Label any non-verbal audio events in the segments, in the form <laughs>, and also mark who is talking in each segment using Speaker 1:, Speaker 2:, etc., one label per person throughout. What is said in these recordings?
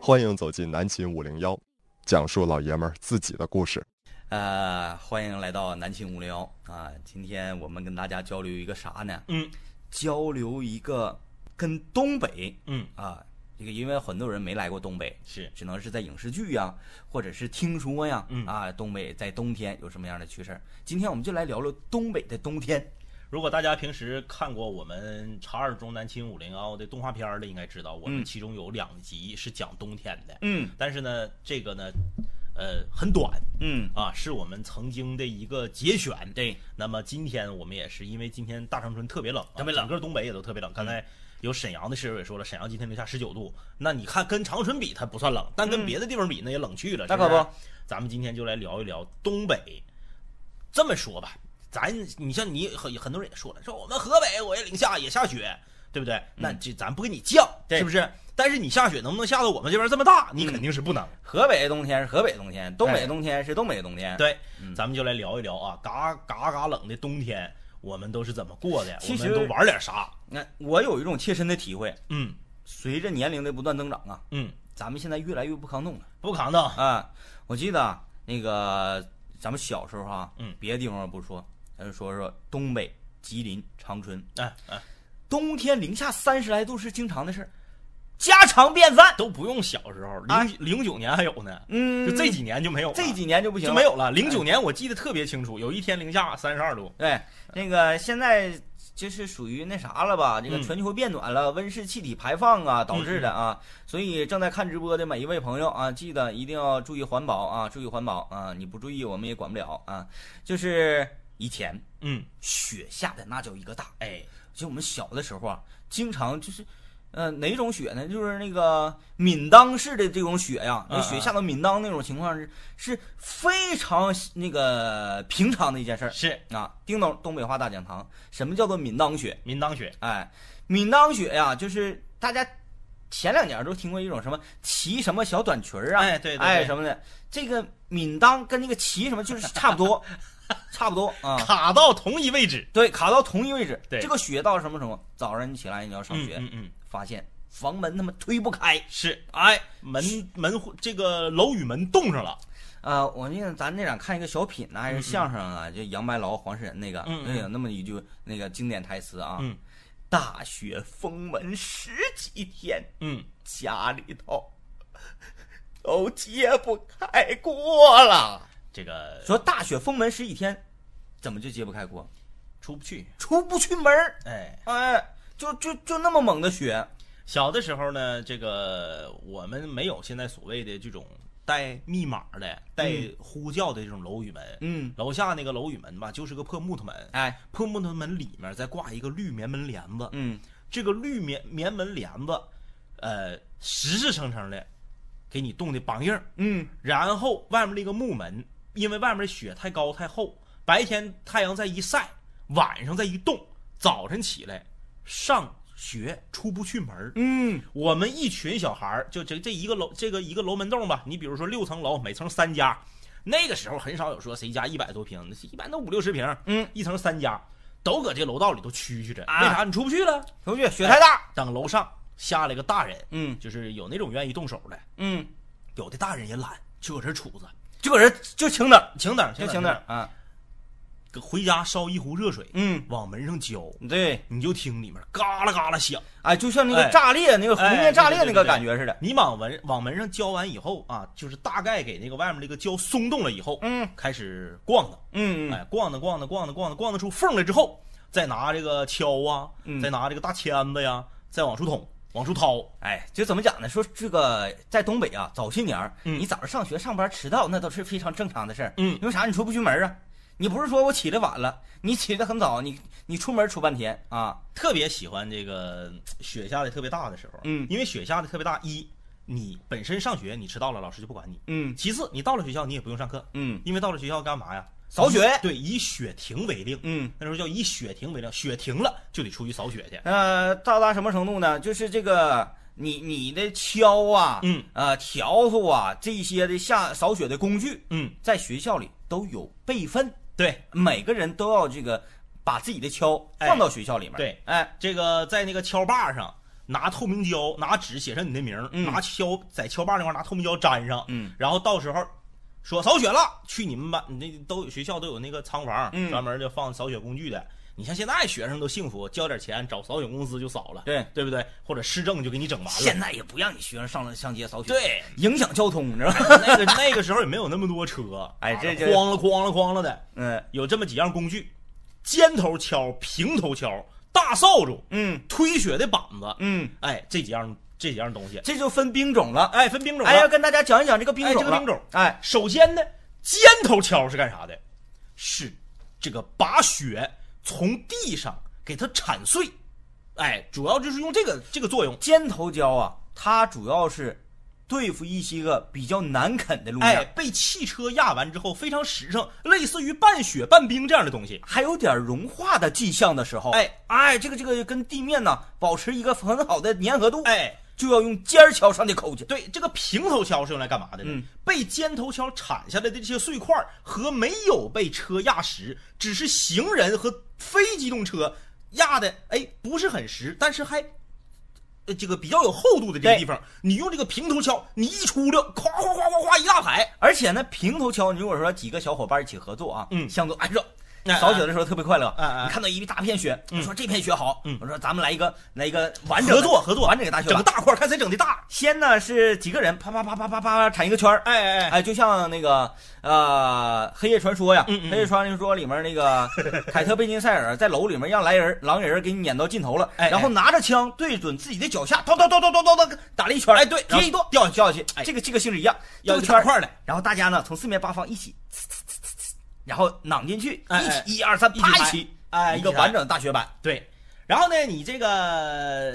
Speaker 1: 欢迎走进南秦五零幺，讲述老爷们儿自己的故事。
Speaker 2: 呃，欢迎来到南青无聊啊！今天我们跟大家交流一个啥呢？
Speaker 3: 嗯，
Speaker 2: 交流一个跟东北
Speaker 3: 嗯
Speaker 2: 啊，这个因为很多人没来过东北，
Speaker 3: 是
Speaker 2: 只能是在影视剧呀，或者是听说呀，
Speaker 3: 嗯
Speaker 2: 啊，东北在冬天有什么样的趣事儿？今天我们就来聊聊东北的冬天。
Speaker 3: 如果大家平时看过我们《查二中南秦五零幺》的动画片儿的，应该知道我
Speaker 2: 嗯
Speaker 3: 们其中有两集是讲冬天的。
Speaker 2: 嗯
Speaker 3: 但是呢，这个呢，呃，很短
Speaker 2: 嗯，
Speaker 3: 啊，是我们曾经的一个节选。
Speaker 2: 对，
Speaker 3: 那么今天我们也是因为今天大长春特别冷啊，
Speaker 2: 特别冷嗯
Speaker 3: 整个东北也都特别冷。刚才有沈阳的室友也说了，沈阳今天零下十九度，那你看跟长春比它不算冷，但跟别的地方比那也冷去了。
Speaker 2: 嗯那
Speaker 3: 是
Speaker 2: 可
Speaker 3: 是
Speaker 2: 不，
Speaker 3: 咱们今天就来聊一聊东北。这么说吧，咱你像你很很多人也说了，说我们河北我也零下也下雪，对不对？那这咱不跟你犟，
Speaker 2: 嗯对嗯
Speaker 3: 是不是？但是你下雪能不能下到我们这边这么大？你肯定是不能。
Speaker 2: 河北的冬天是河北的冬天，东北
Speaker 3: 哎
Speaker 2: 的冬天是东北的冬天。，
Speaker 3: 对
Speaker 2: 嗯，
Speaker 3: 咱们就来聊一聊啊，嘎嘎嘎冷的冬天，我们都是怎么过的？
Speaker 2: 其
Speaker 3: 我
Speaker 2: 实
Speaker 3: 们都玩点啥？
Speaker 2: 那我有一种切身的体会，
Speaker 3: 嗯
Speaker 2: 随着年龄的不断增长啊，
Speaker 3: 嗯，
Speaker 2: 咱们现在越来越不抗冻了。
Speaker 3: 不扛当。
Speaker 2: 啊，我记得啊，那个咱们小时候啊，
Speaker 3: 嗯
Speaker 2: 别的地方不说，咱就说说东北、吉林、长春，
Speaker 3: 哎哎，
Speaker 2: 冬天零下三十来度是经常的事儿，家常便饭。
Speaker 3: 都不用小时候，
Speaker 2: 哎
Speaker 3: 零零九年还有呢，
Speaker 2: 嗯，
Speaker 3: 就啊这几年就没有了，
Speaker 2: 这几年就不行
Speaker 3: 就
Speaker 2: 了，
Speaker 3: 没有了。哎零九年我记得特别清楚，有一天零下三十二度。
Speaker 2: 对，那个现在就是属于那啥了吧？这个
Speaker 3: 嗯
Speaker 2: 全球变暖了，温室气体排放啊导致的啊。所以正在看直播的每一位朋友啊，记得一定要注意环保啊，注意环保啊！你不注意我们也管不了啊。就是以前
Speaker 3: 嗯，
Speaker 2: 雪下的那叫一个大，
Speaker 3: 哎，
Speaker 2: 就我们小的时候啊，经常就是。呃，哪种雪呢？就是那个闽当式的这种雪呀，那
Speaker 3: 嗯
Speaker 2: 雪
Speaker 3: 嗯
Speaker 2: 下到闽当那种情况是是非常那个平常的一件事儿。
Speaker 3: 是
Speaker 2: 啊，叮咚，东北话大讲堂，什么叫做闽当雪？
Speaker 3: 民当雪，
Speaker 2: 哎，闽当雪呀、就是大家前两年都听过一种什么骑什么小短裙儿啊，
Speaker 3: 哎对对对
Speaker 2: 哎什么的，这个闽当跟那个骑什么就是差不
Speaker 3: <laughs>
Speaker 2: 多，差不多啊。
Speaker 3: 卡到同一位置。
Speaker 2: 对，卡到同一位置。
Speaker 3: 对
Speaker 2: 这个雪到什么程度？早上你起来你要上
Speaker 3: 嗯
Speaker 2: 学，
Speaker 3: 嗯嗯，
Speaker 2: 发现房门他妈推不开。
Speaker 3: 是
Speaker 2: 哎，
Speaker 3: 门门户这个楼与门冻上了。
Speaker 2: 呃，我记得咱那场看一个小品呢，还是相声啊，就杨白劳、黄世仁那个，
Speaker 3: 嗯嗯嗯
Speaker 2: 那有那么一句那个经典台词啊，
Speaker 3: 嗯
Speaker 2: 大雪封门十几天，
Speaker 3: 嗯，
Speaker 2: 家里头都揭不开锅了。
Speaker 3: 这个
Speaker 2: 说大雪封门十几天，怎么就揭不开锅？
Speaker 3: 出不去。
Speaker 2: 出不去门儿，
Speaker 3: 哎，
Speaker 2: 哎，就就就那么猛的雪，
Speaker 3: 小的时候呢，这个我们没有现在所谓的这种带密码的、带呼叫的这种楼宇门。
Speaker 2: 嗯，
Speaker 3: 楼下那个楼宇门吧，就是个破木头门。
Speaker 2: 哎，
Speaker 3: 破木头门里面再挂一个绿棉门帘子，
Speaker 2: 嗯，
Speaker 3: 这个绿棉棉门帘子，呃，实实诚诚的给你冻的梆硬儿，
Speaker 2: 嗯，
Speaker 3: 然后外面那个木门，因为外面雪太高太厚，白天太阳再一晒，晚上再一冻，早晨起来上学出不去门儿
Speaker 2: 嗯，
Speaker 3: 我们一群小孩儿，就这这一个楼这个一个楼门洞吧，你比如说六层楼，每层三家，那个时候很少有说谁家一百多平，一般都五六十平，
Speaker 2: 嗯，
Speaker 3: 一层三家，都搁这楼道里头蛐蛐着，
Speaker 2: 啊
Speaker 3: 为啥你出不去了？
Speaker 2: 出去雪太大，
Speaker 3: 等楼上下来个大人，
Speaker 2: 嗯
Speaker 3: 就是有那种愿意动手的，
Speaker 2: 嗯，
Speaker 3: 有的大人也懒，就搁这杵着，
Speaker 2: 就搁这就请等，
Speaker 3: 请等
Speaker 2: 就
Speaker 3: 请
Speaker 2: 请等啊，
Speaker 3: 搁回家烧一壶热水，
Speaker 2: 嗯，
Speaker 3: 往门上浇，
Speaker 2: 对，
Speaker 3: 你就听里面嘎啦嘎啦响。
Speaker 2: 哎，就像那个
Speaker 3: 哎
Speaker 2: 炸裂、那个湖面
Speaker 3: 哎
Speaker 2: 炸
Speaker 3: 对
Speaker 2: 裂
Speaker 3: 对
Speaker 2: 那个
Speaker 3: 对对
Speaker 2: 感觉似的，
Speaker 3: 你往门往门上浇完以后啊，就是大概给那个外面那个胶松动了以后，
Speaker 2: 嗯
Speaker 3: 开始逛荡，
Speaker 2: 嗯嗯
Speaker 3: 哎，逛荡逛荡逛荡逛荡逛荡出缝来之后，再拿这个锹啊，
Speaker 2: 嗯
Speaker 3: 再拿这个大签子呀，再往出捅，往出掏，
Speaker 2: 哎，就怎么讲呢？说这个在东北啊，早些年儿，
Speaker 3: 嗯
Speaker 2: 你早上上学上班迟到那都是非常正常的事儿。
Speaker 3: 嗯
Speaker 2: 因为啥？你出不去门儿啊？你不是说我起来晚了，你起得很早，你你出门出半天啊？
Speaker 3: 特别喜欢这个嗯雪下的特别大的时候，
Speaker 2: 嗯
Speaker 3: 因为雪下的特别大，一你本身上学你迟到了，老师就不管你；
Speaker 2: 嗯
Speaker 3: 其次，你到了学校你也不用上课，
Speaker 2: 嗯
Speaker 3: 因为到了学校干嘛呀？
Speaker 2: 扫雪
Speaker 3: 以对，以雪停为令。
Speaker 2: 嗯。
Speaker 3: 那时候叫以雪停为令，雪停了就得出去扫雪去。
Speaker 2: 呃，到达什么程度呢？就是这个你你的锹啊，
Speaker 3: 嗯，
Speaker 2: 呃，笤帚啊，这些的下扫雪的工具，
Speaker 3: 嗯，
Speaker 2: 在学校里都有备份，
Speaker 3: 对，
Speaker 2: 每个人都要这个把自己的锹放到学校里面。
Speaker 3: 哎对，
Speaker 2: 哎，
Speaker 3: 这个在那个锹把上拿透明胶、拿纸写上你的名儿，
Speaker 2: 嗯
Speaker 3: 拿锹在锹把那块儿拿透明胶粘上，
Speaker 2: 嗯
Speaker 3: 然后到时候说扫雪了，去你们班，你那都有学校都有那个仓房，
Speaker 2: 嗯
Speaker 3: 专门就放扫雪工具的。你像现在学生都幸福，交点钱找扫雪公司就扫了，
Speaker 2: 对
Speaker 3: 对不对？或者市政就给你整完了。
Speaker 2: 现在也不让你学生上上街扫雪，，
Speaker 3: 对，
Speaker 2: 影响交通，你知道吗？ <laughs>
Speaker 3: 那个那个时候也没有那么多车，啊
Speaker 2: 哎这就
Speaker 3: 哐了哐了哐了的，
Speaker 2: 嗯
Speaker 3: 有这么几样工具：尖头锹、平头锹、大扫帚、
Speaker 2: 嗯
Speaker 3: 推雪的板子。
Speaker 2: 嗯，
Speaker 3: 哎，这几样这几样东西，
Speaker 2: 这就分兵种了。
Speaker 3: 哎，分兵种了。
Speaker 2: 哎，要跟大家讲一讲这个兵
Speaker 3: 哎
Speaker 2: 种
Speaker 3: 这
Speaker 2: 了。
Speaker 3: 个兵种
Speaker 2: 哎，
Speaker 3: 首先呢，尖头锹是干啥的？是这个把雪从地上给它铲碎，哎，主要就是用这个这个作用。
Speaker 2: 尖头锹啊，它主要是对付一些个比较难啃的路面，
Speaker 3: 哎，被汽车压完之后非常实诚，类似于拌雪拌冰这样的东西。
Speaker 2: 还有点融化的迹象的时候，
Speaker 3: 哎
Speaker 2: 哎，这个这个跟地面呢保持一个很好的粘合度，，
Speaker 3: 哎，
Speaker 2: 就要用尖儿敲上的抠去。
Speaker 3: 对，这个平头锹是用来干嘛的呢？
Speaker 2: 嗯
Speaker 3: 被尖头锹铲下来的这些碎块儿和没有被车压实，只是行人和非机动车压的，哎，不是很实，但是还。呃，这个比较有厚度的这个
Speaker 2: 对
Speaker 3: 地方，你用这个平头锹，你一出溜，咵咵咵咵咵一大排，
Speaker 2: 而且呢，平头锹，你如果说几个小伙伴一起合作啊，
Speaker 3: 嗯
Speaker 2: 相对按照
Speaker 3: 哎哎
Speaker 2: 扫雪的时候特别快乐，
Speaker 3: 哎哎
Speaker 2: 你看到一大片雪，我说这片雪好，
Speaker 3: 嗯
Speaker 2: 我说咱们来一个来一个完整的
Speaker 3: 合作合作
Speaker 2: 完整的大雪
Speaker 3: 整
Speaker 2: 吧
Speaker 3: 个。大块儿，看谁整的大。
Speaker 2: 先呢是几个人啪啪啪啪啪啪铲一个圈儿，
Speaker 3: 哎哎哎，
Speaker 2: <laughs> 哎，就像那个呃《黑夜传说》呀，
Speaker 3: 嗯嗯
Speaker 2: 黑夜传说》里面那
Speaker 3: <laughs>
Speaker 2: 个凯特·贝金赛尔在楼里面让来人狼人给撵到尽头了，
Speaker 3: 哎哎
Speaker 2: 然后拿着枪对准自己的脚下，叨叨叨叨叨叨叨打了一圈儿，
Speaker 3: 哎对
Speaker 2: 直接一
Speaker 3: 然
Speaker 2: 跺掉下掉下去，
Speaker 3: 哎
Speaker 2: 这个这个性质一样，
Speaker 3: 要
Speaker 2: 一
Speaker 3: 一
Speaker 2: 个
Speaker 3: 个
Speaker 2: 圈
Speaker 3: 大
Speaker 2: 儿
Speaker 3: 块儿的，
Speaker 2: 然后大家呢从四面八方一起，呲呲呲呲然后攮进去，
Speaker 3: 哎
Speaker 2: 一
Speaker 3: 哎
Speaker 2: 起一二三，
Speaker 3: 一起
Speaker 2: 啪
Speaker 3: 拍
Speaker 2: 起，
Speaker 3: 哎
Speaker 2: 一个
Speaker 3: 一起拍
Speaker 2: 完整的大雪板，
Speaker 3: 对，然后呢，你这个呃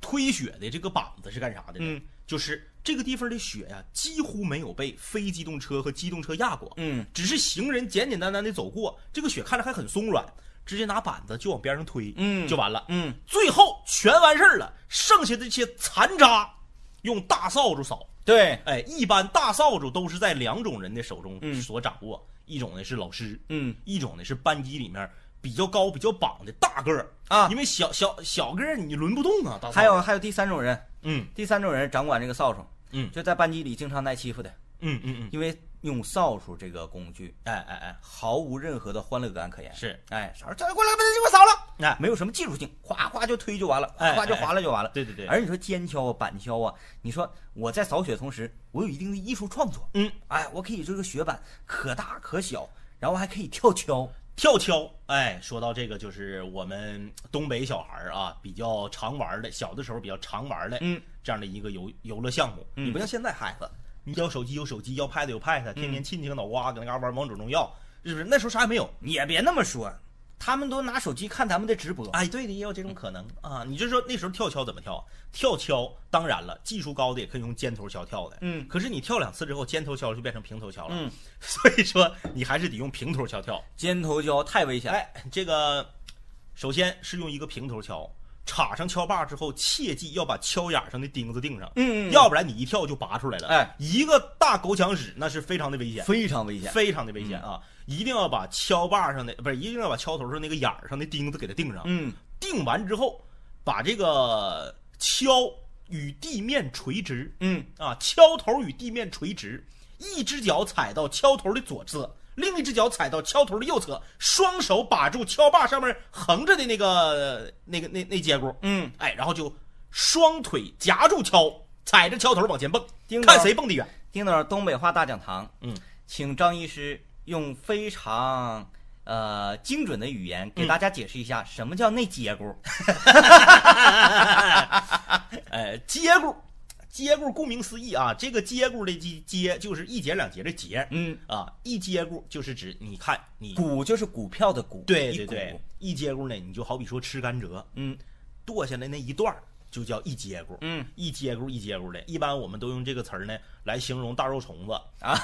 Speaker 3: 推雪的这个板子是干啥的呢？
Speaker 2: 嗯
Speaker 3: 就是这个地方的雪呀、几乎没有被非机动车和机动车压过，
Speaker 2: 嗯，
Speaker 3: 只是行人简简单单的走过，这个雪看着还很松软，直接拿板子就往边上推，
Speaker 2: 嗯
Speaker 3: 就完了，
Speaker 2: 嗯，
Speaker 3: 最后全完事儿了，剩下的这些残渣用大扫帚扫。
Speaker 2: 对，
Speaker 3: 哎，一般大扫帚都是在两种人的手中
Speaker 2: 嗯
Speaker 3: 所掌握，一种呢是老师，
Speaker 2: 嗯，
Speaker 3: 一种呢是班级里面比较高、比较膀的大个儿
Speaker 2: 啊
Speaker 3: 因为小小小个儿你轮不动啊。大扫帚
Speaker 2: 还有，还有第三种人，
Speaker 3: 嗯
Speaker 2: 第三种人掌管这个扫帚，
Speaker 3: 嗯
Speaker 2: 就在班级里经常挨欺负的。
Speaker 3: 嗯嗯嗯，
Speaker 2: 因为用扫帚这个工具
Speaker 3: 哎哎哎，
Speaker 2: 毫无任何的欢乐感可言。
Speaker 3: 是，
Speaker 2: 哎，扫帚走过来，把这给我扫了，
Speaker 3: 哎
Speaker 2: 没有什么技术性，哗哗就推就完了，
Speaker 3: 哎
Speaker 2: 哗就划了就完了。
Speaker 3: 对对对，
Speaker 2: 而你说尖锹啊、板锹啊，你说我在扫雪同时，我有一定的艺术创作，
Speaker 3: 嗯，
Speaker 2: 哎，我可以这个雪板可大可小，然后还可以跳锹，
Speaker 3: 跳锹，哎，说到这个，就是我们东北小孩儿啊，比较常玩儿的，小的时候比较常玩儿的，
Speaker 2: 嗯，
Speaker 3: 这样的一个游游乐项目。
Speaker 2: 嗯
Speaker 3: 你不像现在孩子，你要手机有手机，要 pad 有 pad，天天亲戚和脑瓜搁那嘎玩王者荣耀，是不是？那时候啥也没有。
Speaker 2: 你也别那么说，他们都拿手机看咱们的直播，
Speaker 3: 哎，对的，也有这种可能啊。你就说那时候跳锹怎么跳？啊跳锹当然了，技术高的也可以用尖头锹跳的，
Speaker 2: 嗯
Speaker 3: 可是你跳两次之后，尖头锹就变成平头锹了，
Speaker 2: 嗯，
Speaker 3: <laughs> 所以说你还是得用平头锹跳。
Speaker 2: 尖头锹太危险了。
Speaker 3: 哎，这个首先是用一个平头锹插上锹把之后，切记要把锹眼上的钉子钉上，
Speaker 2: 嗯嗯嗯
Speaker 3: 要不然你一跳就拔出来了。
Speaker 2: 哎，
Speaker 3: 一个大狗抢屎那是非常的危险，
Speaker 2: 非常危险。嗯
Speaker 3: 非常的危险啊！一定要把锹把上的不是，一定要把锹头上那个眼儿上的钉子给它钉上。
Speaker 2: 嗯，
Speaker 3: 钉完之后，把这个锹与地面垂直，
Speaker 2: 嗯
Speaker 3: 啊，锹头与地面垂直，一只脚踩到锹头的左侧，另一只脚踩到锹头的右侧，双手把住锹把上面横着的那个那个那那节骨，
Speaker 2: 嗯，
Speaker 3: 哎，然后就双腿夹住锹，踩着锹头往前蹦
Speaker 2: 叮，当
Speaker 3: 看谁蹦得远。
Speaker 2: 丁总，东北话大讲堂，
Speaker 3: 嗯，
Speaker 2: 请张医师用非常呃精准的语言给大家解释一下什么叫内结
Speaker 3: <laughs>
Speaker 2: 骨。
Speaker 3: 呃，接骨，接骨，顾名思义啊，这个接骨的接接就是一节两节的节，
Speaker 2: 嗯，
Speaker 3: 啊，一接骨就是指你看你
Speaker 2: 股就是股票的股，
Speaker 3: 对
Speaker 2: 一
Speaker 3: 对
Speaker 2: 股
Speaker 3: 对，，一接骨呢，你就好比说吃甘蔗，
Speaker 2: 嗯
Speaker 3: 剁下来那一段儿就叫一接骨，
Speaker 2: 嗯，
Speaker 3: 一接骨一接骨的，一般我们都用这个词儿呢来形容大肉虫子 <laughs> 啊，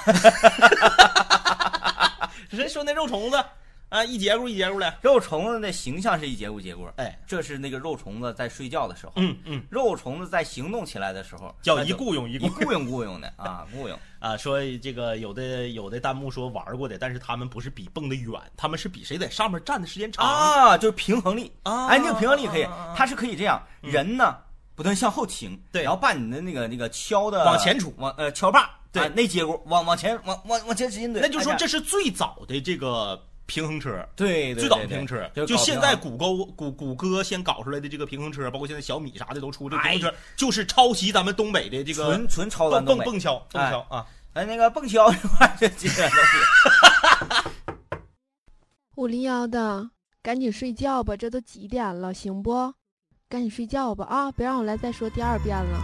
Speaker 3: 人说那肉虫子啊，一节骨一节骨的，
Speaker 2: 肉虫子的形象是一节骨节骨，
Speaker 3: 哎，
Speaker 2: 这是那个肉虫子在睡觉的时候，
Speaker 3: 嗯嗯，
Speaker 2: 肉虫子在行动起来的时候
Speaker 3: 叫一雇佣一
Speaker 2: 一
Speaker 3: 雇
Speaker 2: 雇佣雇佣的啊，雇佣，
Speaker 3: 啊，说这个有的有的弹幕说玩过的，但是他们不是比蹦得远，他们是比谁在上面站的时间长
Speaker 2: 啊，就是平衡力
Speaker 3: 啊
Speaker 2: 哎，那个平衡力可以
Speaker 3: 啊啊啊，
Speaker 2: 它是可以这样，人呢不断向后倾，
Speaker 3: 对
Speaker 2: 然后把你的那个那个敲的
Speaker 3: 往前杵
Speaker 2: 往呃敲把，
Speaker 3: 对
Speaker 2: 啊那结果往往前往往往前使劲怼，
Speaker 3: 那就说
Speaker 2: 哎呀
Speaker 3: 这是最早的这个平衡车，
Speaker 2: 对对
Speaker 3: 最早的
Speaker 2: 对
Speaker 3: 平衡车，
Speaker 2: 对
Speaker 3: 就
Speaker 2: 搞
Speaker 3: 现
Speaker 2: 平
Speaker 3: 在
Speaker 2: 衡
Speaker 3: 谷歌谷谷歌先搞出来的这个平衡车，包括现在小米啥的都出这个平衡
Speaker 2: 哎
Speaker 3: 车，就是抄袭咱们东北的这个
Speaker 2: 纯纯超
Speaker 3: 蹦
Speaker 2: 咱东
Speaker 3: 蹦
Speaker 2: 北，
Speaker 3: 蹦跷蹦
Speaker 2: 哎
Speaker 3: 跷啊。
Speaker 2: 哎那个蹦跷这块儿就基本上都是。
Speaker 4: 五零幺的，赶紧睡觉吧，这都几点了，行不？赶紧睡觉吧啊，别让我来再说第二遍了。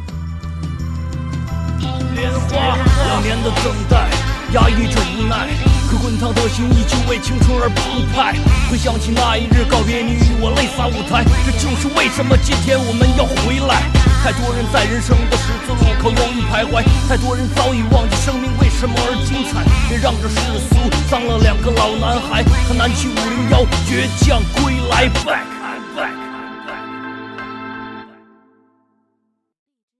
Speaker 5: 莲花，两年的等待，压抑着无奈，可滚烫的心依旧为青春而澎湃。回想起那一日告别你与我泪洒舞台，这就是为什么今天我们要回来。太多人在人生的十字路口犹豫徘徊，太多人早已忘记生命为什么而精彩。也让这世俗脏了两个老男孩，他南起五零幺倔强归来 back。